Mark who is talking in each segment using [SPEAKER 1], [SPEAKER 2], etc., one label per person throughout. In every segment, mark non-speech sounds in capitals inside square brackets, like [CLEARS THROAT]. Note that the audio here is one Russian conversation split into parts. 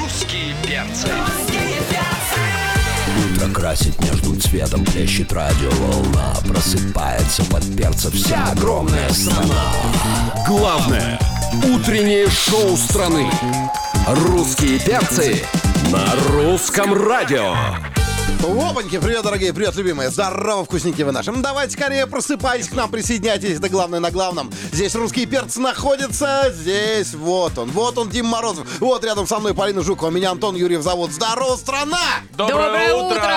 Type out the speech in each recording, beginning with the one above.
[SPEAKER 1] Русские перцы.
[SPEAKER 2] Утро красит между цветом, плещет радиоволна Просыпается под перца вся огромная страна
[SPEAKER 3] Главное утреннее шоу страны.
[SPEAKER 2] Русские перцы
[SPEAKER 3] На русском радио.
[SPEAKER 4] Опаньки, привет, дорогие, привет, любимые. Здорово, вкусники вы наши. Ну, Давайте скорее просыпайтесь к нам, присоединяйтесь. Это главное на главном. Здесь русский перц находится. Здесь вот он. Вот он, Дим Морозов. Вот рядом со мной Полина Жукова. Меня Антон Юрьев зовут. Здорово, страна!
[SPEAKER 5] Доброе утро!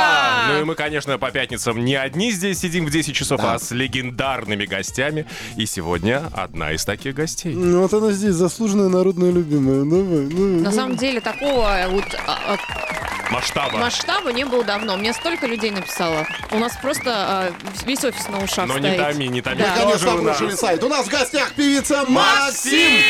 [SPEAKER 6] Ну и мы, конечно, по пятницам не одни здесь сидим в 10 часов, а с легендарными гостями. И сегодня одна из таких гостей.
[SPEAKER 4] Ну, вот она здесь, заслуженная народная любимая. Давай,
[SPEAKER 5] На самом деле такого вот а, а,
[SPEAKER 6] Масштаба.
[SPEAKER 5] масштаба не было давно. Мне столько людей написало. У нас просто а, весь офис на ушах
[SPEAKER 6] Но не
[SPEAKER 5] стоит.
[SPEAKER 6] томи, не томи.
[SPEAKER 5] Да.
[SPEAKER 6] Тоже
[SPEAKER 4] Конечно,
[SPEAKER 6] у нас.
[SPEAKER 4] обрушили сайт. У нас в гостях певица Максим!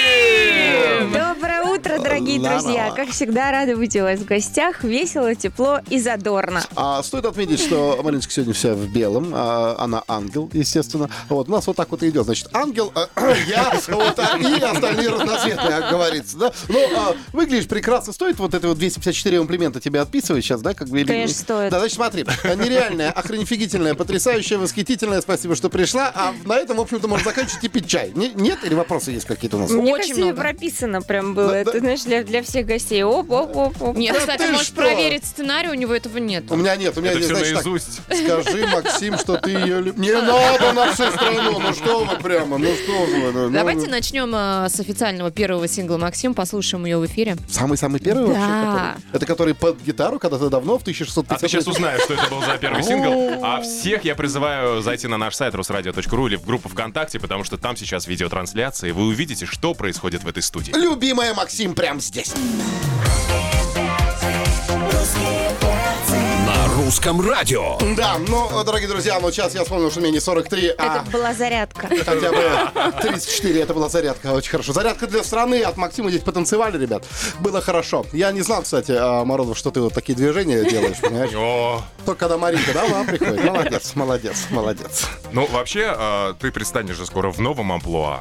[SPEAKER 7] Доброе утро, дорогие
[SPEAKER 4] Здорово.
[SPEAKER 7] друзья! Как всегда, рада быть у вас в гостях. Весело, тепло и задорно.
[SPEAKER 4] А, стоит отметить, что Мариночка сегодня вся в белом. а, она ангел, естественно. Вот, у нас вот так вот и идет. Значит, ангел, э, [CLEARS THROAT] я вот так, и остальные разноцветные, как говорится. Да? Ну, а, выглядишь прекрасно. Стоит вот это вот 254 комплимента тебе отписывать сейчас, да? Как бы, или-
[SPEAKER 7] Конечно, стоит.
[SPEAKER 4] Да, значит, смотри. Нереальная, охренефигительная, потрясающая, восхитительная. Спасибо, что пришла. А на этом, в общем-то, можно заканчивать и пить чай. Не- нет? Или вопросы есть какие-то у нас?
[SPEAKER 7] Мне
[SPEAKER 5] Очень
[SPEAKER 7] кажется, тебе
[SPEAKER 5] много.
[SPEAKER 7] прописано прям было.
[SPEAKER 4] Да, да.
[SPEAKER 7] Это, знаешь, для, для всех гостей. Оп, оп, оп, оп.
[SPEAKER 5] Нет,
[SPEAKER 4] Да
[SPEAKER 5] кстати,
[SPEAKER 4] ты
[SPEAKER 5] можешь
[SPEAKER 4] что?
[SPEAKER 5] проверить сценарий, у него этого нет.
[SPEAKER 4] У меня нет, у меня
[SPEAKER 6] Это
[SPEAKER 4] нет.
[SPEAKER 6] все
[SPEAKER 4] Значит так,
[SPEAKER 6] наизусть.
[SPEAKER 4] Скажи, Максим, что ты ее любишь. Не надо на всю страну. Ну что вы прямо, ну что вы. ну, ну,
[SPEAKER 5] Давайте начнем а, с официального первого сингла Максим, послушаем ее в эфире.
[SPEAKER 4] Самый-самый первый вообще?
[SPEAKER 5] Да.
[SPEAKER 4] который? Это который под гитару когда-то давно, в 1650
[SPEAKER 6] А ты сейчас узнаешь, что это был за первый сингл. А всех я призываю зайти на наш сайт русрадио.ру или в группу ВКонтакте, потому что там сейчас видеотрансляция, и вы увидите, что происходит в этой студии.
[SPEAKER 4] Любимая Максим прямо здесь.
[SPEAKER 3] На русском радио.
[SPEAKER 4] Да, ну, дорогие друзья, ну сейчас я вспомнил, что мне не 43, а
[SPEAKER 7] Это была зарядка.
[SPEAKER 4] хотя бы 34. Это была зарядка, очень хорошо. Зарядка для страны. От Максима здесь потанцевали, ребят. Было хорошо. Я не знал, кстати, а, Морозов, что ты вот такие движения делаешь, понимаешь?
[SPEAKER 6] О,
[SPEAKER 4] Только когда Маринка, да, она приходит. Молодец, молодец, молодец.
[SPEAKER 6] ну вообще, э, ты предстанешь же скоро в новом амплуа.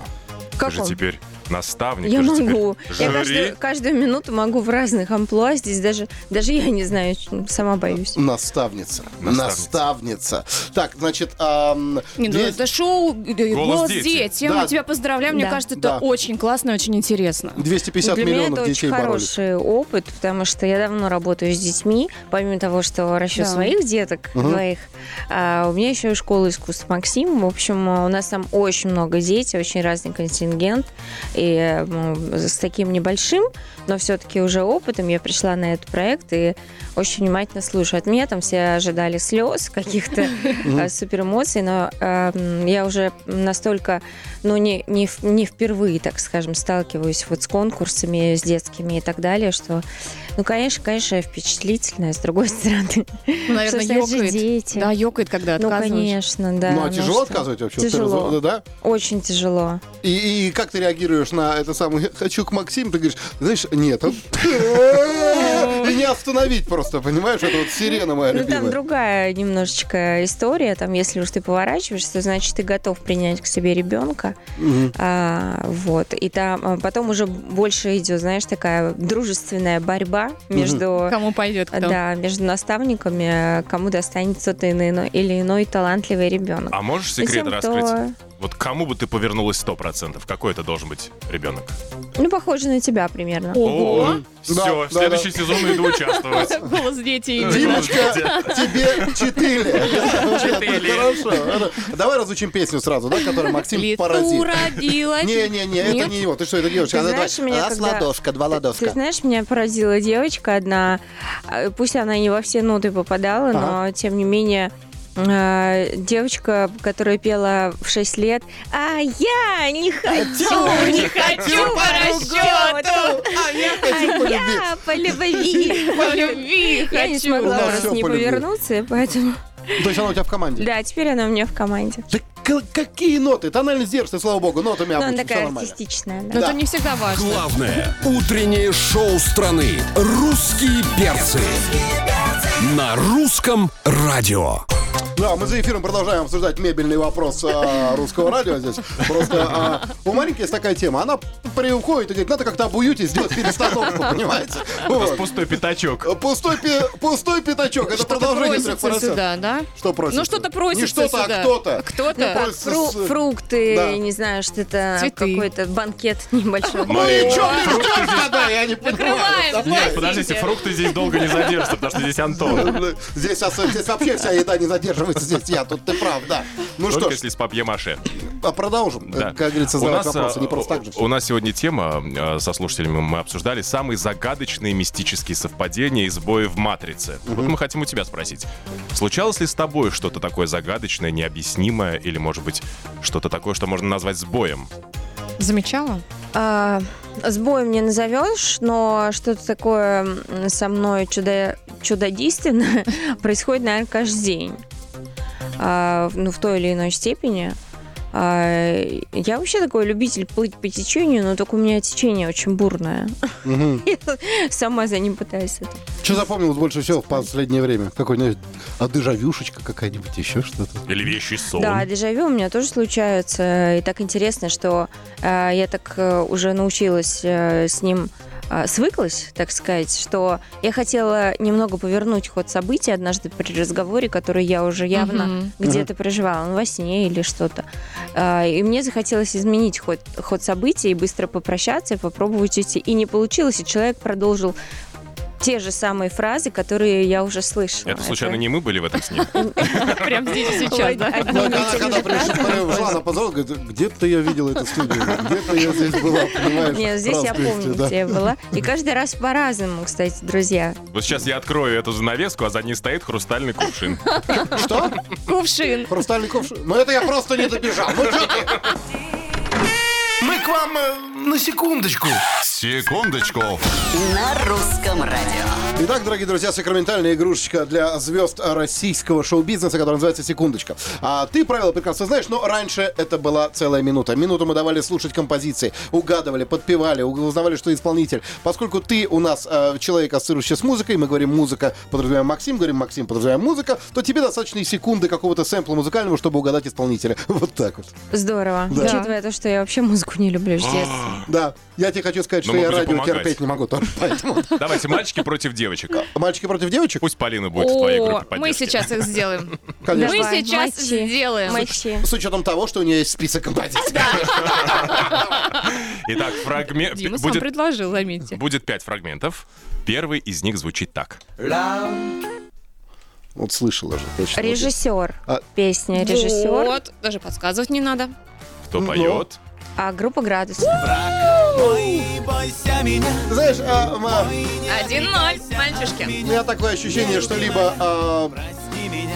[SPEAKER 7] Как
[SPEAKER 6] ты же
[SPEAKER 7] он?
[SPEAKER 6] теперь наставник.
[SPEAKER 7] Я
[SPEAKER 6] ты же теперь
[SPEAKER 7] могу. Я
[SPEAKER 6] жюри.
[SPEAKER 7] каждую, каждую минуту могу в разных амплуа. Здесь даже, даже я не знаю, чем- сама боюсь.
[SPEAKER 4] Наставница. Наставница.
[SPEAKER 6] Наставница.
[SPEAKER 4] Так, значит, ам,
[SPEAKER 5] Не, ну
[SPEAKER 4] две-
[SPEAKER 5] это шоу э, «Голос,
[SPEAKER 6] дети».
[SPEAKER 5] дети».
[SPEAKER 4] Да.
[SPEAKER 5] Мы тебя поздравляем, мне
[SPEAKER 7] Да.
[SPEAKER 5] кажется,
[SPEAKER 4] Да.
[SPEAKER 5] это очень классно и очень интересно.
[SPEAKER 4] 250
[SPEAKER 7] Ну, Для меня это
[SPEAKER 4] миллионов
[SPEAKER 7] очень
[SPEAKER 4] детей боролись.
[SPEAKER 7] хороший опыт, потому что я давно работаю с детьми, помимо того, что ращу
[SPEAKER 5] Да.
[SPEAKER 7] своих деток, двоих, а, у меня еще и школа искусств Максим. В общем, а, у нас там очень много детей, очень разный контингент. И м, с таким небольшим, но все-таки уже опытом я пришла на этот проект и очень внимательно слушаю. От меня там все ожидали слез, каких-то э, суперэмоций, но э, м, я уже настолько, ну, не, не, в- не впервые, так скажем, сталкиваюсь вот с конкурсами, с детскими и так далее, что, ну, конечно, конечно, я впечатлительная, с другой [LAUGHS] стороны.
[SPEAKER 5] Ну, наверное,
[SPEAKER 7] Что, это же
[SPEAKER 5] ёкает.
[SPEAKER 7] дети.
[SPEAKER 5] Да, ёкает, когда
[SPEAKER 7] Ну,
[SPEAKER 5] отказываешь.
[SPEAKER 7] конечно, да.
[SPEAKER 4] ну, а тяжело
[SPEAKER 7] что?
[SPEAKER 4] отказывать вообще?
[SPEAKER 7] Тяжело.
[SPEAKER 4] Ты раз- да?
[SPEAKER 7] Очень тяжело.
[SPEAKER 4] И, и как ты реагируешь на это самое? [LAUGHS] Хочу к Максиму, ты говоришь, знаешь, нет. он- И [LAUGHS] не остановить просто, понимаешь? Это вот сирена моя
[SPEAKER 7] Ну, там
[SPEAKER 4] любимая.
[SPEAKER 7] другая немножечко история. Там, если уж ты поворачиваешься, то значит, ты готов принять к себе ребенка. А, вот. И там а, потом уже больше идет, знаешь, такая дружественная борьба между,
[SPEAKER 5] Кому пойдет кто.
[SPEAKER 7] да, между наставниками, кому достанется тот или иной, или иной талантливый ребенок.
[SPEAKER 6] А можешь
[SPEAKER 7] Ну,
[SPEAKER 6] секрет
[SPEAKER 7] тем, кто-
[SPEAKER 6] раскрыть? Вот кому бы ты повернулась сто процентов? Какой это должен быть ребенок?
[SPEAKER 7] Ну, похоже на тебя примерно.
[SPEAKER 6] О,
[SPEAKER 4] Да,
[SPEAKER 6] все, в
[SPEAKER 4] да,
[SPEAKER 6] следующий сезон иду участвовать.
[SPEAKER 5] Голос дети.
[SPEAKER 4] [LAUGHS] Димочка,
[SPEAKER 6] Господи.
[SPEAKER 4] [LAUGHS] тебе [LAUGHS] четыре.
[SPEAKER 6] Четыре.
[SPEAKER 4] [LAUGHS] Хорошо. Давай разучим песню сразу, да, которую Максим
[SPEAKER 5] Лету
[SPEAKER 4] поразит.
[SPEAKER 5] родилась.
[SPEAKER 4] Не-не-не, это
[SPEAKER 5] Нет?
[SPEAKER 4] не его. Ты что, это девочка?
[SPEAKER 7] Ты
[SPEAKER 4] Она
[SPEAKER 7] знаешь,
[SPEAKER 4] давай.
[SPEAKER 7] меня
[SPEAKER 4] Раз
[SPEAKER 7] когда-
[SPEAKER 4] ладошка, два
[SPEAKER 7] Ты
[SPEAKER 4] ладошка.
[SPEAKER 7] знаешь, меня поразила девочка одна. А, Пусть она не во все ноты попадала, но тем не менее а, девочка, которая пела в 6 лет, а я не хочу, не хочу по
[SPEAKER 4] ну,
[SPEAKER 7] расчету,
[SPEAKER 4] А я
[SPEAKER 7] [LAUGHS]
[SPEAKER 4] хочу
[SPEAKER 7] а
[SPEAKER 4] полюбить.
[SPEAKER 7] я по любви,
[SPEAKER 5] По любви
[SPEAKER 7] Я не
[SPEAKER 5] хочу.
[SPEAKER 7] смогла
[SPEAKER 4] Типа, Да,
[SPEAKER 7] у
[SPEAKER 4] всё
[SPEAKER 7] нас не
[SPEAKER 4] по любви.
[SPEAKER 7] повернуться, и поэтому...
[SPEAKER 4] То есть она у тебя в команде?
[SPEAKER 7] Да, теперь она у меня в команде.
[SPEAKER 4] Да к- какие ноты? Тональность держишь, ты, слава богу, нотами
[SPEAKER 7] Но Ну, она
[SPEAKER 4] обучен, все
[SPEAKER 7] такая
[SPEAKER 4] А нормально.
[SPEAKER 7] артистичная, да.
[SPEAKER 5] Но это не всегда важно.
[SPEAKER 3] Главное утреннее шоу страны. Русские перцы. На русском радио.
[SPEAKER 4] Да, мы за эфиром продолжаем обсуждать мебельный вопрос а, русского радио здесь. Просто а, у Маринки есть такая тема. Она приуходит и говорит, надо как-то обуютить, сделать
[SPEAKER 7] [LAUGHS]
[SPEAKER 4] перестановку, понимаете? Вот.
[SPEAKER 6] Пустой пятачок.
[SPEAKER 4] Пустой, пи- пустой пятачок. Это продолжение трех
[SPEAKER 5] Просится
[SPEAKER 4] поросят.
[SPEAKER 5] сюда, да?
[SPEAKER 4] Что просится?
[SPEAKER 5] Ну, что-то просится
[SPEAKER 4] Не что-то,
[SPEAKER 5] сюда.
[SPEAKER 4] а кто-то.
[SPEAKER 5] Кто-то.
[SPEAKER 4] Ну,
[SPEAKER 7] Как
[SPEAKER 4] просто
[SPEAKER 7] фру-
[SPEAKER 4] с-
[SPEAKER 7] фрукты,
[SPEAKER 4] да.
[SPEAKER 7] не знаю, что-то
[SPEAKER 5] Цветы.
[SPEAKER 7] какой-то банкет [LAUGHS]
[SPEAKER 4] Ну и
[SPEAKER 7] небольшой.
[SPEAKER 6] Марина.
[SPEAKER 4] чё мне ждёт, когда? Я не
[SPEAKER 5] Закрываем,
[SPEAKER 4] понимаю.
[SPEAKER 5] да?
[SPEAKER 6] Нет, подождите, фрукты здесь долго не задержатся, потому что здесь Антон.
[SPEAKER 4] Здесь, ос- здесь вообще вся еда не задерживается, здесь я, тут ты прав, да. Ну
[SPEAKER 6] Только
[SPEAKER 4] что ж,
[SPEAKER 6] если с папье-маше.
[SPEAKER 4] а продолжим,
[SPEAKER 6] Да.
[SPEAKER 4] э, как говорится,
[SPEAKER 6] У
[SPEAKER 4] задавать
[SPEAKER 6] нас,
[SPEAKER 4] вопросы, не
[SPEAKER 6] а,
[SPEAKER 4] просто так же. всё.
[SPEAKER 6] У нас сегодня тема э, со слушателями мы обсуждали самые загадочные мистические совпадения и сбои в матрице. Вот мы хотим у тебя спросить: случалось ли с тобой что-то такое загадочное, необъяснимое, или, может быть, что-то такое, что можно назвать сбоем?
[SPEAKER 5] Замечала?
[SPEAKER 7] А, сбоем не назовешь, но что-то такое м, со мной чудо чудодейственное [LAUGHS] происходит, наверное, каждый день. А, в- ну, в той или иной степени. А, я вообще такой любитель плыть по течению, но только у меня течение очень бурное. [LAUGHS]
[SPEAKER 4] [LAUGHS] Мгм.
[SPEAKER 7] Я сама за ним пытаюсь. это.
[SPEAKER 4] Что запомнилось больше всего в последнее время? Какой-нибудь а дежавюшечка какая-нибудь, еще что-то?
[SPEAKER 6] Или вещий сон?
[SPEAKER 7] Да, дежавю у меня тоже случаются. И так интересно, что э, я так э, уже научилась э, с ним э, свыклась, так сказать, что я хотела немного повернуть ход событий однажды при разговоре, который я уже явно
[SPEAKER 5] Мгм.
[SPEAKER 7] где-то проживала, ну, во сне или что-то. А, И мне захотелось изменить ход, ход событий и быстро попрощаться, и попробовать уйти. И не получилось, и человек продолжил те же самые фразы, которые я уже слышала.
[SPEAKER 6] Это случайно не мы были в этом
[SPEAKER 5] [LAUGHS]
[SPEAKER 6] сне?
[SPEAKER 5] Прям здесь и сейчас,
[SPEAKER 7] Ой,
[SPEAKER 5] да?
[SPEAKER 7] одни
[SPEAKER 4] Ну,
[SPEAKER 7] и
[SPEAKER 4] когда,
[SPEAKER 7] те же
[SPEAKER 4] когда
[SPEAKER 7] фразы.
[SPEAKER 4] пришла, шла на позвон, говорит, где-то я видел эту студию, где-то я здесь была, понимаешь? [LAUGHS]
[SPEAKER 7] Нет, здесь я
[SPEAKER 4] в Раскрытии,
[SPEAKER 7] помню,
[SPEAKER 4] да.
[SPEAKER 7] где я была. И каждый раз по-разному, кстати, друзья.
[SPEAKER 6] Вот сейчас я открою эту занавеску, а за ней стоит хрустальный кувшин.
[SPEAKER 4] Что?
[SPEAKER 5] Кувшин.
[SPEAKER 4] Хрустальный ковш? Ну это я просто не добежал. Ну чё ты?
[SPEAKER 1] Мы к вам э, на секундочку.
[SPEAKER 6] Секундочку.
[SPEAKER 8] На русском радио.
[SPEAKER 4] Итак, дорогие друзья, сакраментальная игрушечка для звезд российского шоу-бизнеса, которая называется «Секундочка». А ты правила прекрасно знаешь, но раньше это была целая минута. Минуту мы давали слушать композиции, угадывали, подпевали, уг- узнавали, что исполнитель. Поскольку ты у нас э, человек, ассоциирующий с музыкой, мы говорим «музыка», подразумеваем Максим, говорим «Максим», подразумеваем «музыка», то тебе достаточно и секунды какого-то сэмпла музыкального, чтобы угадать исполнителя. [LAUGHS] Вот так вот.
[SPEAKER 7] Здорово.
[SPEAKER 4] Да.
[SPEAKER 7] Учитывая то, что я вообще музыку не люблю с детства.
[SPEAKER 4] Да, я тебе хочу сказать,
[SPEAKER 6] Но
[SPEAKER 4] что я
[SPEAKER 6] могу тебе
[SPEAKER 4] радио
[SPEAKER 6] Ну, помогать.
[SPEAKER 4] терпеть не могу. тоже, [LAUGHS] поэтому.
[SPEAKER 6] Давайте мальчики против девочек.
[SPEAKER 4] Мальчики против девочек?
[SPEAKER 6] Пусть Полина будет в твоей группе
[SPEAKER 5] О, мы
[SPEAKER 6] поддержки.
[SPEAKER 5] сейчас
[SPEAKER 6] [LAUGHS]
[SPEAKER 5] их сделаем.
[SPEAKER 4] Конечно.
[SPEAKER 5] Мы
[SPEAKER 7] Давай,
[SPEAKER 5] сейчас
[SPEAKER 7] мочи.
[SPEAKER 5] сделаем.
[SPEAKER 7] Мочи.
[SPEAKER 4] С учетом того, что у нее есть список композиций.
[SPEAKER 6] Итак, фрагмент...
[SPEAKER 5] Дима сам
[SPEAKER 6] Будет
[SPEAKER 5] предложил, заметьте.
[SPEAKER 6] Будет пять фрагментов. Первый из них звучит так.
[SPEAKER 4] Вот слышала же. точно.
[SPEAKER 7] Режиссер.
[SPEAKER 4] А-
[SPEAKER 7] Песня режиссер.
[SPEAKER 5] Вот, даже подсказывать не надо.
[SPEAKER 4] Ну,
[SPEAKER 6] Кто поет?
[SPEAKER 7] А группа градус.
[SPEAKER 4] Знаешь, а, ма,
[SPEAKER 5] Один ноль, мальчишки.
[SPEAKER 4] у меня такое ощущение, что либо а,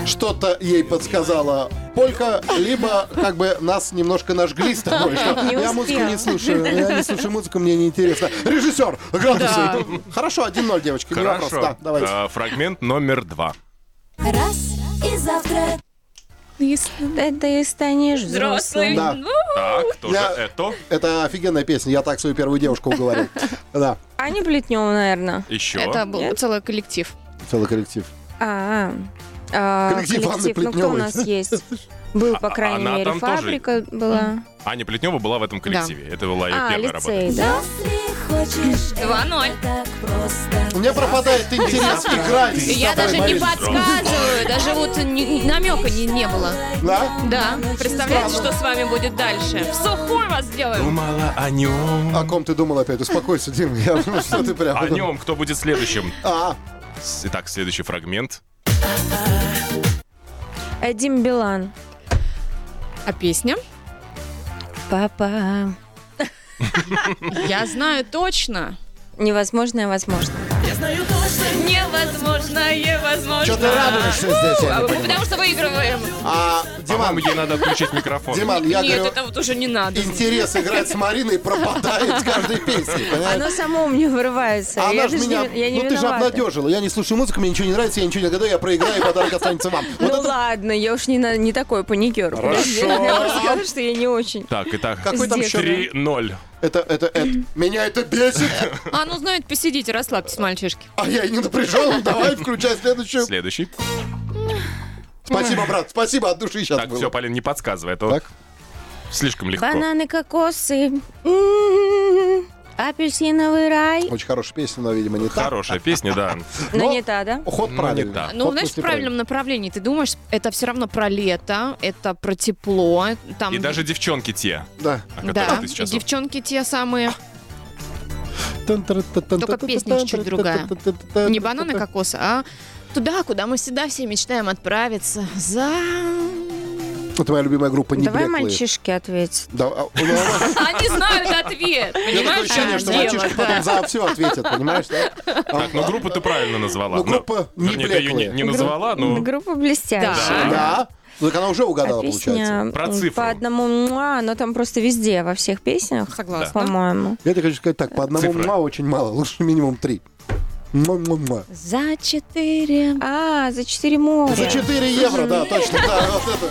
[SPEAKER 4] что-то ей подсказала Полька, либо как бы нас немножко нажгли с
[SPEAKER 5] [LAUGHS]
[SPEAKER 4] тобой. что
[SPEAKER 7] Не
[SPEAKER 4] я
[SPEAKER 7] успела.
[SPEAKER 4] музыку не слушаю, я не слушаю музыку, мне неинтересно. Режиссер, градусы.
[SPEAKER 5] Да.
[SPEAKER 4] Хорошо, 1-0, девочки, не вопрос. Да,
[SPEAKER 6] Хорошо.
[SPEAKER 4] давайте.
[SPEAKER 6] А, Фрагмент номер два.
[SPEAKER 9] Раз и завтра
[SPEAKER 7] Это ты станешь
[SPEAKER 5] Взрослый.
[SPEAKER 7] взрослым.
[SPEAKER 4] Да.
[SPEAKER 5] Ну,
[SPEAKER 6] Так, кто же
[SPEAKER 4] Я-
[SPEAKER 6] это?
[SPEAKER 4] Это офигенная песня, я так свою первую девушку
[SPEAKER 5] [LAUGHS]
[SPEAKER 4] уговорил. Да,
[SPEAKER 7] Аня Плетнева, наверное.
[SPEAKER 6] Еще.
[SPEAKER 5] Это был
[SPEAKER 7] Нет?
[SPEAKER 5] целый коллектив.
[SPEAKER 4] целый коллектив.
[SPEAKER 7] А, а,
[SPEAKER 4] Коллектив Анны
[SPEAKER 7] Ну, кто у
[SPEAKER 4] Плетневой.
[SPEAKER 7] нас есть? Был,
[SPEAKER 5] А,
[SPEAKER 7] по крайней
[SPEAKER 6] она
[SPEAKER 7] мере,
[SPEAKER 6] там тоже-
[SPEAKER 7] фабрика была.
[SPEAKER 6] Аня Плетнева была в этом коллективе. Это была ее
[SPEAKER 7] А,
[SPEAKER 6] первая
[SPEAKER 7] лицей,
[SPEAKER 6] работа.
[SPEAKER 7] да?
[SPEAKER 9] если хочешь. это
[SPEAKER 5] 2-0.
[SPEAKER 9] Так
[SPEAKER 4] У
[SPEAKER 9] просто.
[SPEAKER 4] меня пропадает интерес играть. с
[SPEAKER 5] Я
[SPEAKER 4] тобой,
[SPEAKER 5] даже не
[SPEAKER 4] Марин.
[SPEAKER 5] подсказываю, даже вот ни- ни намека не, не было.
[SPEAKER 4] Да?
[SPEAKER 5] Да, представляете, что с вами будет дальше? В сухой вас сделаем.
[SPEAKER 6] Думала о нем.
[SPEAKER 4] О ком ты думал опять? Успокойся, Дим. Я, ну, что ты прям?
[SPEAKER 6] О нем, кто будет следующим.
[SPEAKER 4] А,
[SPEAKER 6] С- Итак, следующий фрагмент.
[SPEAKER 7] Э, Дим Билан.
[SPEAKER 5] А песня?
[SPEAKER 7] Папа.
[SPEAKER 5] Я знаю точно.
[SPEAKER 7] Невозможное возможно.
[SPEAKER 5] Невозможное возможно.
[SPEAKER 4] что ты радуешься здесь? я не понимаю?
[SPEAKER 5] Потому что выигрываем.
[SPEAKER 4] А, Диман,
[SPEAKER 6] По-моему, ей надо отключить микрофон.
[SPEAKER 4] Диман, я
[SPEAKER 5] Нет,
[SPEAKER 4] говорю,
[SPEAKER 5] это вот уже не надо.
[SPEAKER 4] интерес играть с Мариной пропадает с каждой песней, понимаешь?
[SPEAKER 7] Оно само у меня вырывается.
[SPEAKER 4] А
[SPEAKER 7] я
[SPEAKER 4] Она же
[SPEAKER 7] даже
[SPEAKER 4] меня,
[SPEAKER 7] не, я не
[SPEAKER 4] ну ты же
[SPEAKER 7] виновата.
[SPEAKER 4] обнадежила. Я не слушаю музыку, мне ничего не нравится, я ничего не гадаю, я проиграю, и подарок останется вам. Вот
[SPEAKER 7] ну
[SPEAKER 4] это
[SPEAKER 7] ладно, я уж не, на- не такой паникер. Я, просто скажу, что я не очень.
[SPEAKER 6] Так, итак,
[SPEAKER 4] какой там счет?
[SPEAKER 6] 3-0.
[SPEAKER 4] Это, это, это, меня это бесит,
[SPEAKER 5] А ну знает, посидите, расслабьтесь, мальчишки.
[SPEAKER 4] а я и не напряжен. Давай, включай следующую.
[SPEAKER 6] Следующий.
[SPEAKER 4] Спасибо, брат, спасибо от души сейчас
[SPEAKER 6] Так,
[SPEAKER 4] было.
[SPEAKER 6] все, Полин, не подсказывай, а то
[SPEAKER 4] Так.
[SPEAKER 6] слишком легко.
[SPEAKER 7] Бананы, кокосы, м-м, апельсиновый рай.
[SPEAKER 4] Очень хорошая песня, но, видимо, не та.
[SPEAKER 6] Хорошая песня, да.
[SPEAKER 7] Но
[SPEAKER 4] Но-
[SPEAKER 7] не та, да?
[SPEAKER 4] Ход
[SPEAKER 6] Ну,
[SPEAKER 4] правильный.
[SPEAKER 6] не та.
[SPEAKER 5] Ну,
[SPEAKER 4] Ход
[SPEAKER 5] знаешь, в
[SPEAKER 4] мысли
[SPEAKER 5] правильном направлении. Ты думаешь, это все равно про лето, это про тепло. Там...
[SPEAKER 6] И даже девчонки те,
[SPEAKER 4] правильный. Да.
[SPEAKER 6] о
[SPEAKER 5] да,
[SPEAKER 6] которых ты сейчас...
[SPEAKER 5] девчонки те самые.
[SPEAKER 4] [LAUGHS] Только
[SPEAKER 5] песня чуть-чуть другая. Не бананы, кокосы, а туда, куда мы всегда все мечтаем отправиться. За...
[SPEAKER 4] Это моя любимая группа не
[SPEAKER 7] Давай
[SPEAKER 4] блеклые.
[SPEAKER 7] мальчишки ответят.
[SPEAKER 4] Да, а, ну, а,
[SPEAKER 5] [LAUGHS] Они знают
[SPEAKER 4] Я
[SPEAKER 5] ответ,
[SPEAKER 4] такое
[SPEAKER 5] понимаешь?
[SPEAKER 4] ощущение, что мальчишки потом за все ответят, понимаешь, да?
[SPEAKER 6] Так, ну группу ты правильно назвала.
[SPEAKER 4] Ну, группа не
[SPEAKER 6] вернее, ты ее не,
[SPEAKER 4] блеклая.
[SPEAKER 6] не назвала, ну. но...
[SPEAKER 7] Группа
[SPEAKER 5] А?
[SPEAKER 7] блестящая.
[SPEAKER 4] Да. Ну, Так она уже
[SPEAKER 7] А
[SPEAKER 4] угадала, получается.
[SPEAKER 7] песня
[SPEAKER 6] Про цифру.
[SPEAKER 7] по одному муа, но там просто везде, во всех песнях,
[SPEAKER 5] Согласна.
[SPEAKER 7] по-моему.
[SPEAKER 4] Я тебе хочу сказать так, по одному
[SPEAKER 6] Цифры.
[SPEAKER 4] муа очень мало, лучше минимум три. Муа-муа-муа.
[SPEAKER 5] За четыре.
[SPEAKER 7] А, за четыре моря.
[SPEAKER 4] За 4 евро, да, точно, да, вот это.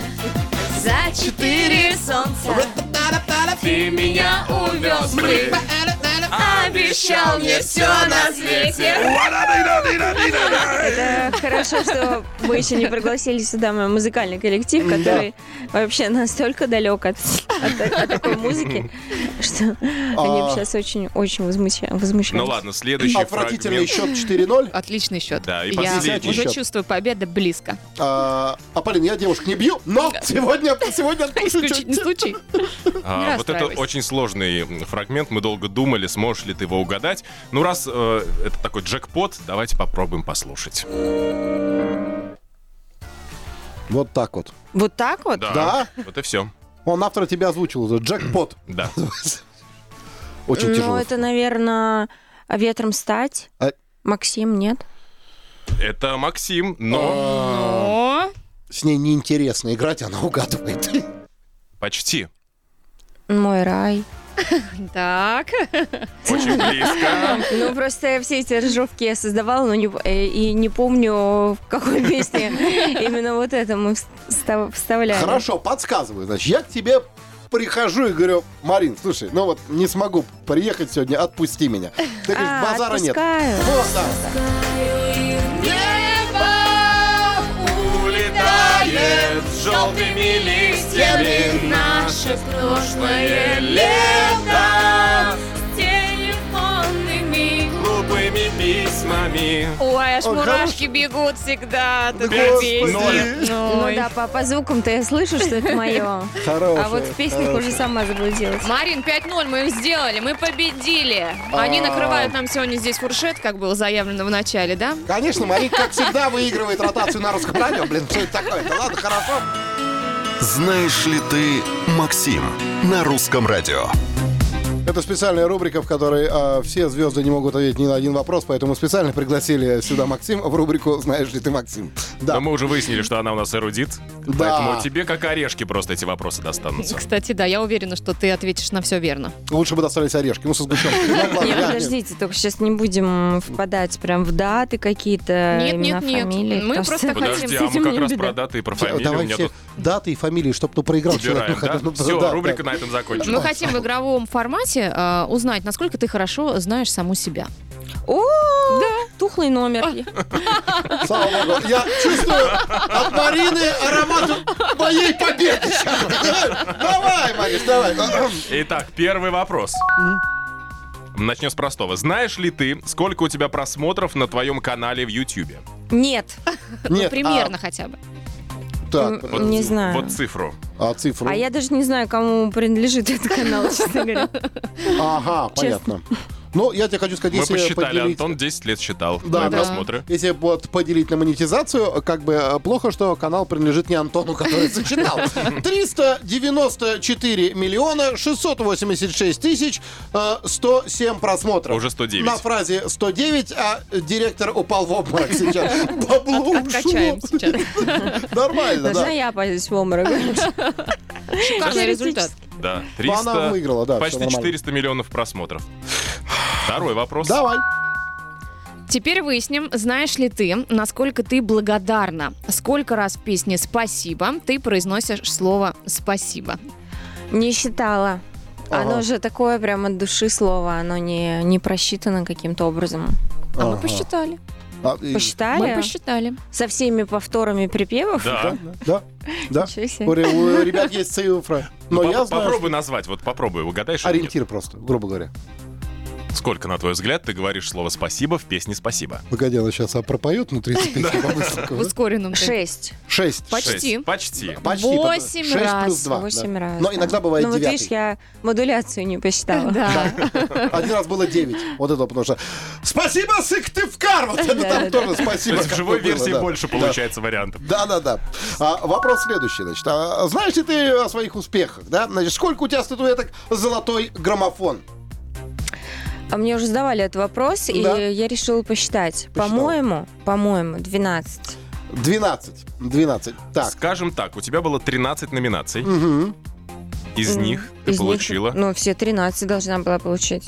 [SPEAKER 5] За четыре солнца.
[SPEAKER 6] Ты меня увез бы,
[SPEAKER 5] Обещал мне все на свете.
[SPEAKER 7] Это хорошо, что вы еще не пригласили сюда мой музыкальный коллектив, который вообще настолько далек от, от- от такой музыки, что они
[SPEAKER 4] А.
[SPEAKER 7] сейчас очень-очень возмуща-
[SPEAKER 6] Ну
[SPEAKER 7] возмущаются.
[SPEAKER 6] ладно, следующий
[SPEAKER 4] Отвратительный
[SPEAKER 6] фрагмент.
[SPEAKER 4] счет 4-0.
[SPEAKER 5] Отличный счет.
[SPEAKER 6] Да, и
[SPEAKER 5] Я
[SPEAKER 6] последний
[SPEAKER 5] уже
[SPEAKER 4] счет.
[SPEAKER 5] чувствую,
[SPEAKER 4] [LAUGHS]
[SPEAKER 5] победа близко.
[SPEAKER 4] А, а, Полин, я девушек не бью, но сегодня,
[SPEAKER 5] [LAUGHS]
[SPEAKER 4] сегодня отпущу
[SPEAKER 5] Исключительный
[SPEAKER 4] чуть-чуть. [LAUGHS]
[SPEAKER 5] случай.
[SPEAKER 6] А,
[SPEAKER 5] Не
[SPEAKER 6] вот это
[SPEAKER 5] расстраивайся.
[SPEAKER 6] очень сложный м, фрагмент. Мы долго думали, сможешь ли ты его угадать. Ну, раз э, это такой джекпот, давайте попробуем послушать.
[SPEAKER 4] Вот так вот.
[SPEAKER 7] Вот так вот?
[SPEAKER 6] А.
[SPEAKER 4] Да?
[SPEAKER 6] Вот и все.
[SPEAKER 4] Он автор тебя озвучил уже. Джекпот. [LAUGHS]
[SPEAKER 6] Да.
[SPEAKER 4] Очень
[SPEAKER 7] Ну,
[SPEAKER 4] тяжело.
[SPEAKER 7] это, наверное, ветром стать.
[SPEAKER 4] А-
[SPEAKER 7] Максим, нет?
[SPEAKER 6] Это Максим, но
[SPEAKER 4] А.
[SPEAKER 5] О,
[SPEAKER 4] С ней неинтересно играть, она угадывает.
[SPEAKER 6] почти.
[SPEAKER 7] Мой рай.
[SPEAKER 5] так.
[SPEAKER 6] Очень близко.
[SPEAKER 7] Ну, просто я все эти ржовки я создавала, но не, э, и не помню, в какой
[SPEAKER 4] [LAUGHS]
[SPEAKER 7] песне именно вот это мы вста- вставляли.
[SPEAKER 4] Хорошо, подсказываю. Значит, я к тебе прихожу и говорю, Марин, слушай, ну вот не смогу приехать сегодня, отпусти меня. Ты говоришь,
[SPEAKER 7] А,
[SPEAKER 4] базара нет.
[SPEAKER 7] отпускаю.
[SPEAKER 4] Вот, да.
[SPEAKER 6] Улетает желтыми листьями
[SPEAKER 5] наше прошлое лето с телефонными
[SPEAKER 6] глупыми письмами.
[SPEAKER 5] Ой, аж
[SPEAKER 4] О,
[SPEAKER 5] мурашки бегут всегда от этой
[SPEAKER 6] Без
[SPEAKER 5] песни.
[SPEAKER 7] Ну
[SPEAKER 5] Ой.
[SPEAKER 7] да, по, по звукам-то я слышу, что это мое.
[SPEAKER 4] Хорошая,
[SPEAKER 7] А вот в песнях
[SPEAKER 4] хорошая.
[SPEAKER 7] уже сама заблудилась.
[SPEAKER 5] Марин, 5-0 мы их сделали, мы победили. Они накрывают нам сегодня здесь фуршет, как было заявлено в начале, да?
[SPEAKER 4] Конечно, Марин, как всегда, выигрывает ротацию на русском радио. Блин, что это такое? Да ладно, хорошо.
[SPEAKER 10] Знаешь ли ты, Максим, на русском радио.
[SPEAKER 4] Это специальная рубрика, в которой э, все звезды не могут ответить ни на один вопрос, поэтому специально пригласили сюда Максим в рубрику «Знаешь ли ты, Максим?». Да.
[SPEAKER 6] Но мы уже выяснили, что она у нас эрудит.
[SPEAKER 4] Да.
[SPEAKER 6] Поэтому тебе, как орешки, просто эти вопросы достанутся.
[SPEAKER 5] Кстати, да, я уверена, что ты ответишь на все верно.
[SPEAKER 4] Лучше бы достались орешки. Ну, со
[SPEAKER 7] [LAUGHS]
[SPEAKER 4] сгущенкой. Ну, ладно,
[SPEAKER 7] Нет,
[SPEAKER 4] я-
[SPEAKER 7] подождите, только сейчас не будем впадать прям в даты какие-то,
[SPEAKER 5] Нет,
[SPEAKER 7] имена,
[SPEAKER 5] нет, нет.
[SPEAKER 7] фамилии,
[SPEAKER 5] Мы
[SPEAKER 7] потому
[SPEAKER 5] просто [LAUGHS]
[SPEAKER 7] что-
[SPEAKER 5] хотим-
[SPEAKER 6] Подожди,
[SPEAKER 5] с
[SPEAKER 6] а
[SPEAKER 5] этим
[SPEAKER 6] мы как
[SPEAKER 5] не
[SPEAKER 6] раз
[SPEAKER 5] беда.
[SPEAKER 6] про даты и про фамилию. У
[SPEAKER 4] Давай
[SPEAKER 6] меня
[SPEAKER 4] все
[SPEAKER 6] тут
[SPEAKER 4] даты и фамилии, чтобы ну проиграл человек.
[SPEAKER 6] убираем,
[SPEAKER 4] на
[SPEAKER 6] да?
[SPEAKER 4] ходу.
[SPEAKER 6] Все,
[SPEAKER 4] Да,
[SPEAKER 6] рубрика
[SPEAKER 4] да.
[SPEAKER 6] на этом закончена.
[SPEAKER 5] Мы хотим в игровом формате э, узнать, насколько ты хорошо знаешь саму себя.
[SPEAKER 7] О, тухлый номер.
[SPEAKER 5] А.
[SPEAKER 4] Слава богу. Я чувствую от Марины аромат моей победы. сейчас. Давай, Мариш, давай.
[SPEAKER 7] Ну,
[SPEAKER 6] Итак, первый вопрос. Начнем с простого. Знаешь ли ты, сколько у тебя просмотров на твоем канале в Ютьюбе?
[SPEAKER 7] Нет,
[SPEAKER 4] Нет, а,
[SPEAKER 5] Примерно хотя бы.
[SPEAKER 4] так,
[SPEAKER 7] м, не знаю.
[SPEAKER 6] Вот цифру.
[SPEAKER 4] а цифру?
[SPEAKER 7] А я даже не знаю, кому принадлежит этот канал,
[SPEAKER 5] [LAUGHS]
[SPEAKER 7] честно говоря.
[SPEAKER 4] Ага, понятно. Ну, я тебе хочу сказать,
[SPEAKER 6] Мы
[SPEAKER 4] если
[SPEAKER 6] посчитали,
[SPEAKER 4] поделить...
[SPEAKER 6] Антон 10 лет считал
[SPEAKER 4] Да,
[SPEAKER 6] твои
[SPEAKER 4] да.
[SPEAKER 6] просмотры.
[SPEAKER 4] Если вот поделить на монетизацию, как бы э, плохо, что канал принадлежит не Антону, который
[SPEAKER 6] [LAUGHS]
[SPEAKER 4] сочетал. 394 миллиона 686 тысяч э, 107 просмотров.
[SPEAKER 6] Уже 109.
[SPEAKER 4] На фразе 109, а директор упал в обморок сейчас.
[SPEAKER 6] [LAUGHS]
[SPEAKER 4] Бабло ушло.
[SPEAKER 5] Откачаем сейчас.
[SPEAKER 4] [LAUGHS] Нормально,
[SPEAKER 7] Должна
[SPEAKER 4] да.
[SPEAKER 7] я пойти в обморок.
[SPEAKER 5] Шикарный результат.
[SPEAKER 6] Да.
[SPEAKER 4] Ну,
[SPEAKER 6] 300,
[SPEAKER 4] Она выиграла, да. всё
[SPEAKER 6] почти
[SPEAKER 4] нормально.
[SPEAKER 6] 400 миллионов просмотров. Второй вопрос.
[SPEAKER 4] Давай.
[SPEAKER 5] Теперь выясним, знаешь ли ты, насколько ты благодарна. Сколько раз в песне «Спасибо» ты произносишь слово «Спасибо».
[SPEAKER 7] Не считала.
[SPEAKER 4] Ага.
[SPEAKER 7] Оно же такое прям от души слово, оно не, не просчитано каким-то образом.
[SPEAKER 5] А мы
[SPEAKER 4] Ага.
[SPEAKER 5] посчитали.
[SPEAKER 4] А, и-
[SPEAKER 5] Мы
[SPEAKER 7] Посчитали?
[SPEAKER 5] посчитали.
[SPEAKER 7] Со всеми повторами припевов?
[SPEAKER 6] Да.
[SPEAKER 4] Да, да, да.
[SPEAKER 7] Ничего себе.
[SPEAKER 4] У ре- у ребят есть цифра. Но
[SPEAKER 6] Поп-
[SPEAKER 4] я знаю,
[SPEAKER 6] Ну, попробуй назвать, вот попробуй, угадаешь
[SPEAKER 4] что-
[SPEAKER 6] или
[SPEAKER 4] ориентир просто, грубо говоря.
[SPEAKER 6] нет? Сколько, на твой взгляд, ты говоришь слово «спасибо» в песне «Спасибо»?
[SPEAKER 4] Погоди, она сейчас пропоет на
[SPEAKER 6] [LAUGHS]
[SPEAKER 4] 35
[SPEAKER 5] В
[SPEAKER 4] по-быстренькому, да?
[SPEAKER 5] ускоренном. темпе.
[SPEAKER 7] Шесть.
[SPEAKER 4] Шесть.
[SPEAKER 5] Почти.
[SPEAKER 6] Шесть. Почти.
[SPEAKER 4] Почти, потому-
[SPEAKER 5] Восемь
[SPEAKER 4] шесть
[SPEAKER 5] раз,
[SPEAKER 4] плюс два, да.
[SPEAKER 7] Восемь раз.
[SPEAKER 4] Но
[SPEAKER 7] да.
[SPEAKER 4] иногда бывает
[SPEAKER 7] Ну вот видишь,
[SPEAKER 4] девятый.
[SPEAKER 7] я модуляцию не посчитала.
[SPEAKER 5] Да. [LAUGHS]
[SPEAKER 4] Один раз было девять. Вот это потому что... Спасибо, Сыктывкар! Вот это там тоже
[SPEAKER 6] То
[SPEAKER 4] спасибо.
[SPEAKER 6] есть в живой
[SPEAKER 4] какое было,
[SPEAKER 6] версии
[SPEAKER 4] да.
[SPEAKER 6] больше
[SPEAKER 4] Да.
[SPEAKER 6] получается вариантов.
[SPEAKER 4] Да, да, да. А, вопрос следующий, значит. А знаешь ли ты о своих успехах, да? Значит, сколько у тебя статуэток золотой граммофон?
[SPEAKER 7] А мне уже задавали этот вопрос,
[SPEAKER 4] Да.
[SPEAKER 7] и я решила посчитать.
[SPEAKER 4] Посчитала.
[SPEAKER 7] По-моему, по-моему, 12.
[SPEAKER 4] 12. 12. Так.
[SPEAKER 6] Скажем так, у тебя было 13 номинаций.
[SPEAKER 4] Мгм.
[SPEAKER 6] Из
[SPEAKER 7] М,
[SPEAKER 6] них ты
[SPEAKER 7] из них-
[SPEAKER 6] получила...
[SPEAKER 7] ну, все 13 должна была получить.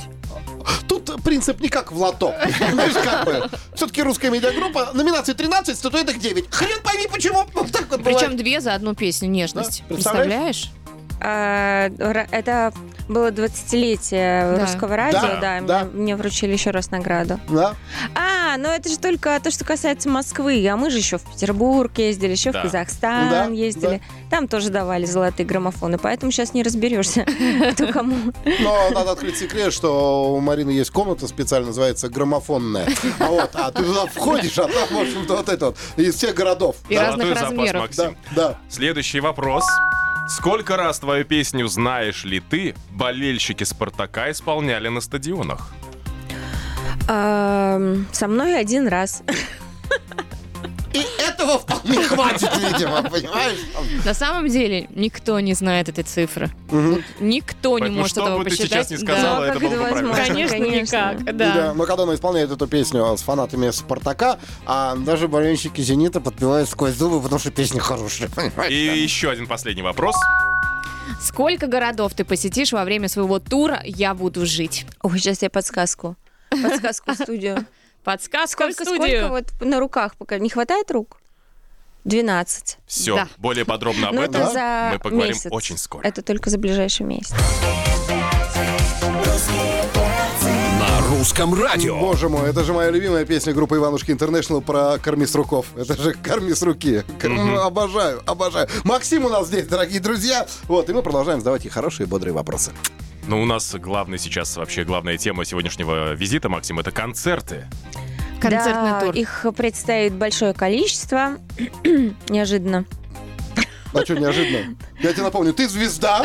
[SPEAKER 4] Тут принцип не как в лото. Знаешь, как бы. Все-таки русская медиагруппа. Номинации 13, статуэток 9. Хрен пойми, почему. Вот так вот бывает.
[SPEAKER 5] Причем две за одну песню «Нежность».
[SPEAKER 4] Да, представляешь?
[SPEAKER 5] Представляешь?
[SPEAKER 7] А, ра- это было 20-летие
[SPEAKER 5] Да.
[SPEAKER 7] русского радио,
[SPEAKER 4] Да,
[SPEAKER 7] да, и
[SPEAKER 4] да.
[SPEAKER 7] Мне, мне вручили еще раз награду.
[SPEAKER 4] Да.
[SPEAKER 7] А, ну это же только то, что касается Москвы. А мы же еще в Петербург ездили, еще
[SPEAKER 6] Да.
[SPEAKER 7] в Казахстан
[SPEAKER 4] Да,
[SPEAKER 7] ездили. Там тоже давали золотые граммофоны, поэтому сейчас не разберешься, [LAUGHS] кто кому.
[SPEAKER 4] Но надо открыть секрет, что у Марины есть комната специально, называется граммофонная. А вот, а ты туда входишь, а там, в общем-то, вот это вот. Из всех городов.
[SPEAKER 5] И
[SPEAKER 6] Золотой
[SPEAKER 5] разных
[SPEAKER 6] запас,
[SPEAKER 5] размеров.
[SPEAKER 4] Да,
[SPEAKER 6] Максим.
[SPEAKER 4] да.
[SPEAKER 6] Следующий вопрос. Сколько раз твою песню «Знаешь ли ты» болельщики «Спартака» исполняли на стадионах?
[SPEAKER 7] Эм, Со мной один раз.
[SPEAKER 4] И этого вполне хватит, видимо, понимаешь?
[SPEAKER 5] На самом деле никто не знает этой цифры. Вот Никто
[SPEAKER 6] Поэтому
[SPEAKER 5] не может
[SPEAKER 6] что
[SPEAKER 5] этого
[SPEAKER 6] бы ты
[SPEAKER 5] посчитать.
[SPEAKER 6] сейчас не
[SPEAKER 5] Да.
[SPEAKER 6] сказала, это
[SPEAKER 7] как
[SPEAKER 6] было
[SPEAKER 7] это
[SPEAKER 6] бы правильно.
[SPEAKER 7] возможно?
[SPEAKER 5] Конечно,
[SPEAKER 7] Конечно.
[SPEAKER 5] никак.
[SPEAKER 4] Ну
[SPEAKER 5] Да.
[SPEAKER 4] да, Но когда она исполняет эту песню с фанатами Спартака, а даже болельщики Зенита подпевают сквозь зубы, потому что песня хорошая.
[SPEAKER 6] И еще один последний вопрос.
[SPEAKER 5] Сколько городов ты посетишь во время своего тура «Я буду жить»?
[SPEAKER 7] Ой, сейчас я подсказку. Подсказку в
[SPEAKER 5] [LAUGHS]
[SPEAKER 7] студию.
[SPEAKER 5] Подсказка
[SPEAKER 7] Сколько,
[SPEAKER 5] в студию.
[SPEAKER 7] сколько вот на руках пока? Не хватает рук? 12.
[SPEAKER 6] Все,
[SPEAKER 5] Да.
[SPEAKER 6] более подробно об
[SPEAKER 7] Ну,
[SPEAKER 6] этом
[SPEAKER 7] это за
[SPEAKER 6] А мы поговорим
[SPEAKER 7] месяц.
[SPEAKER 6] очень скоро.
[SPEAKER 7] Это только за ближайший месяц.
[SPEAKER 3] На русском радио.
[SPEAKER 4] Боже мой, это же моя любимая песня группы Иванушки Интернешнл про корми с руков. Это же корми с руки. Кор- Обожаю, обожаю. Максим у нас здесь, дорогие друзья. Вот, и мы продолжаем задавать ей хорошие, бодрые вопросы.
[SPEAKER 6] Но у нас главный сейчас, вообще главная тема сегодняшнего визита, Максим, это концерты.
[SPEAKER 5] Концертный
[SPEAKER 7] Да,
[SPEAKER 5] тур.
[SPEAKER 7] их предстоит большое количество. [CLEARS THROAT] Неожиданно.
[SPEAKER 4] А что, неожиданно? Я тебе напомню, ты звезда,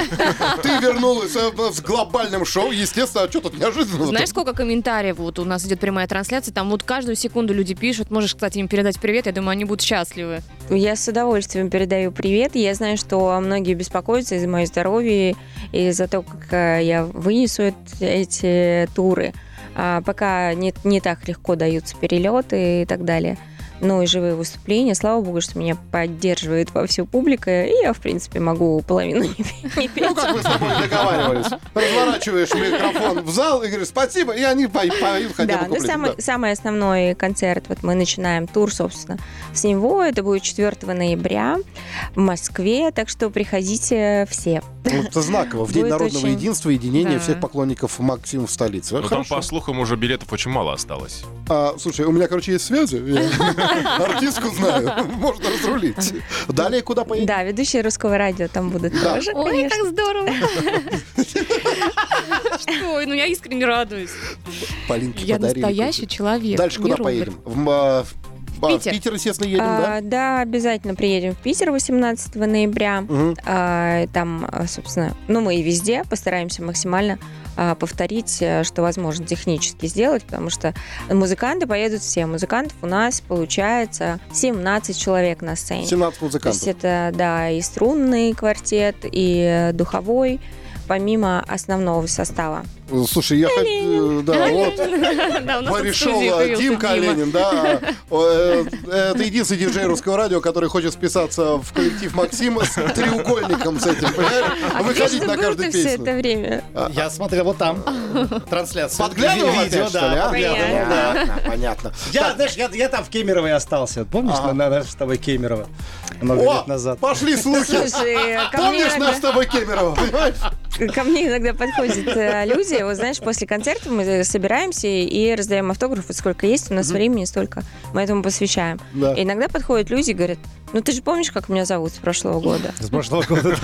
[SPEAKER 4] ты вернулась э, с глобальным шоу, естественно, а что тут неожиданно?
[SPEAKER 5] Знаешь, сколько комментариев вот у нас идет прямая трансляция, там вот каждую секунду люди пишут, можешь, кстати, им передать привет, я думаю, они будут счастливы.
[SPEAKER 7] Я с удовольствием передаю привет. Я знаю, что многие беспокоятся из-за моего здоровья и за то, как э, я вынесу эт- эти туры. А Пока не, не так легко даются перелеты и так далее. Ну и живые выступления. Слава богу, что меня поддерживает вовсю публика. И я, в принципе, могу половину [LAUGHS] не пе- не петь.
[SPEAKER 4] Ну, как мы с тобой договаривались. Разворачиваешь микрофон в зал и говоришь спасибо, и они по- поют хотя
[SPEAKER 7] Да,
[SPEAKER 4] бы
[SPEAKER 7] ну
[SPEAKER 4] куплет.
[SPEAKER 7] самый, [LAUGHS] самый основной концерт, вот мы начинаем тур, собственно, с него. Это будет 4 ноября в Москве, так что приходите все.
[SPEAKER 4] Да. Вот Это знаково. В День
[SPEAKER 7] Будет
[SPEAKER 4] народного
[SPEAKER 7] очень-
[SPEAKER 4] единства, единения
[SPEAKER 5] Да.
[SPEAKER 4] всех поклонников Максима в столице.
[SPEAKER 6] Но Ну, там,
[SPEAKER 4] Хорошо.
[SPEAKER 6] по слухам, уже билетов очень мало осталось.
[SPEAKER 4] А, слушай, у меня, короче, есть связи. Я Артистку знаю. [LAUGHS] Можно разрулить. Далее куда поедем?
[SPEAKER 7] Да, ведущие русского радио там будут
[SPEAKER 4] Да.
[SPEAKER 7] тоже,
[SPEAKER 5] Ой,
[SPEAKER 7] конечно.
[SPEAKER 5] как здорово.
[SPEAKER 4] [LAUGHS]
[SPEAKER 5] Что? Ой, Ну, я искренне радуюсь.
[SPEAKER 4] Полинке
[SPEAKER 5] Я
[SPEAKER 4] подарили.
[SPEAKER 5] настоящий человек.
[SPEAKER 4] Дальше
[SPEAKER 5] не
[SPEAKER 4] куда
[SPEAKER 5] робот.
[SPEAKER 4] поедем? В, м, а, в- а, в
[SPEAKER 5] Питер.
[SPEAKER 4] Питер, естественно, едем, да?
[SPEAKER 7] А, да, обязательно приедем в Питер 18 ноября.
[SPEAKER 4] Мгм.
[SPEAKER 7] А, Там, а, собственно, ну мы и везде постараемся максимально а, повторить, а, что возможно технически сделать, потому что музыканты поедут все. Музыкантов у нас получается 17 человек на сцене.
[SPEAKER 4] 17
[SPEAKER 7] То есть
[SPEAKER 4] музыкантов.
[SPEAKER 7] это, да, и струнный квартет, и э, духовой, помимо основного состава.
[SPEAKER 4] Э, Слушай, я хочу... Да, вот.
[SPEAKER 5] [LAUGHS] Да, у нас тут в
[SPEAKER 4] Пришел
[SPEAKER 5] студии
[SPEAKER 4] э,
[SPEAKER 5] появился
[SPEAKER 4] Дим
[SPEAKER 5] Дима.
[SPEAKER 4] Калинин, да. Э, Это единственный диджей русского радио, который хочет списаться в коллектив Максима с треугольником с этим, понимаешь? А Выходить
[SPEAKER 7] Где
[SPEAKER 4] на
[SPEAKER 7] же
[SPEAKER 4] каждую
[SPEAKER 7] был ты все это
[SPEAKER 4] песню.
[SPEAKER 7] время?
[SPEAKER 11] Я смотрел вот там трансляцию.
[SPEAKER 4] Подглядывал
[SPEAKER 11] Ви-
[SPEAKER 4] опять, что ли, а?
[SPEAKER 7] подглядывал,
[SPEAKER 4] Ну, Понятно, понятно.
[SPEAKER 11] Я, знаешь, я, я там в Кемерово и остался. Помнишь,
[SPEAKER 4] Ага.
[SPEAKER 11] на, на- с тобой Кемерово? Много
[SPEAKER 4] О,
[SPEAKER 11] лет назад.
[SPEAKER 4] пошли слухи.
[SPEAKER 7] Слушай, ко мне
[SPEAKER 4] Помнишь
[SPEAKER 7] иногда-
[SPEAKER 4] наш с тобой Кемерово, понимаешь?
[SPEAKER 7] Ко мне иногда подходят э, люди и, вот, знаешь, после концерта мы э, собираемся и раздаем автографы, сколько есть у нас
[SPEAKER 5] Мгм.
[SPEAKER 7] времени, столько мы этому посвящаем.
[SPEAKER 11] Да.
[SPEAKER 7] И иногда подходят люди и говорят, ну ты же помнишь, как меня зовут с прошлого года?
[SPEAKER 11] С прошлого года.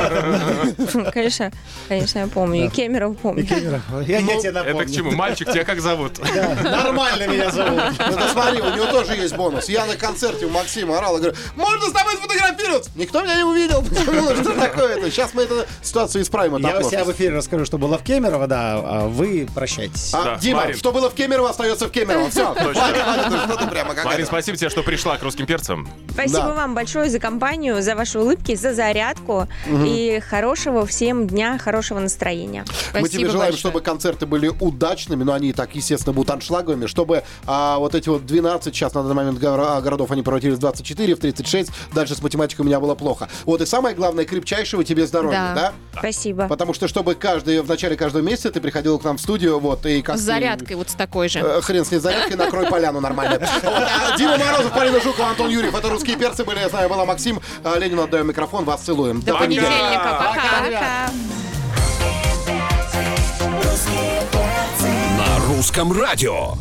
[SPEAKER 7] Конечно, конечно, я помню. И
[SPEAKER 11] Да.
[SPEAKER 7] Кемеров помню.
[SPEAKER 11] Я я
[SPEAKER 6] Ну,
[SPEAKER 11] тебе напомню.
[SPEAKER 6] Это к чему? Мальчик, тебя
[SPEAKER 4] [LAUGHS]
[SPEAKER 6] как зовут?
[SPEAKER 4] Нормально меня зовут. Ну ты смотри, у него тоже есть бонус. Я на концерте у Максима орал и говорю, можно с тобой сфотографироваться? Никто меня не увидел. [LAUGHS] Почему? Что такое-то? Сейчас мы эту ситуацию исправим. а это
[SPEAKER 11] Я у
[SPEAKER 4] окно.
[SPEAKER 11] себя в эфире расскажу, что было в Кемерово, да, а вы прощайтесь.
[SPEAKER 4] А, Дима, что было в Кемерово, остается в Кемерово. Все,
[SPEAKER 6] Точно.
[SPEAKER 4] что-то прямо как
[SPEAKER 6] Марин, спасибо тебе, что пришла к русским перцам.
[SPEAKER 7] [LAUGHS] Спасибо
[SPEAKER 6] Да.
[SPEAKER 7] вам большое за компанию, за ваши улыбки, за зарядку
[SPEAKER 4] Мгм.
[SPEAKER 7] и хорошего всем дня, хорошего настроения.
[SPEAKER 4] Мы тебе желаем, чтобы концерты были удачными, но они и так, естественно, будут аншлаговыми, чтобы а, вот эти вот 12 сейчас на данный момент горо- городов они превратились в 24, в 36. Дальше с математикой у меня было плохо. Вот и самое главное, крепчайшего тебе здоровья, да?
[SPEAKER 7] Да. Спасибо.
[SPEAKER 4] Потому что чтобы каждый в начале каждого месяца ты приходил к нам в студию, вот и как
[SPEAKER 5] С
[SPEAKER 4] ты-
[SPEAKER 5] зарядкой вот с такой
[SPEAKER 4] Э,
[SPEAKER 5] же.
[SPEAKER 4] Хрен с ней с зарядкой, накрой поляну
[SPEAKER 5] [LAUGHS]
[SPEAKER 4] нормально. Вот, а, Дима Морозов, Полина Жукова, Антон Юрьев. Это «Русские перцы» были. Я с вами была Максим. А, Ленину отдаем микрофон. Вас целуем.
[SPEAKER 5] До понедельника.
[SPEAKER 3] Пока,
[SPEAKER 5] Пока.
[SPEAKER 9] Русские перцы.
[SPEAKER 2] На русском радио.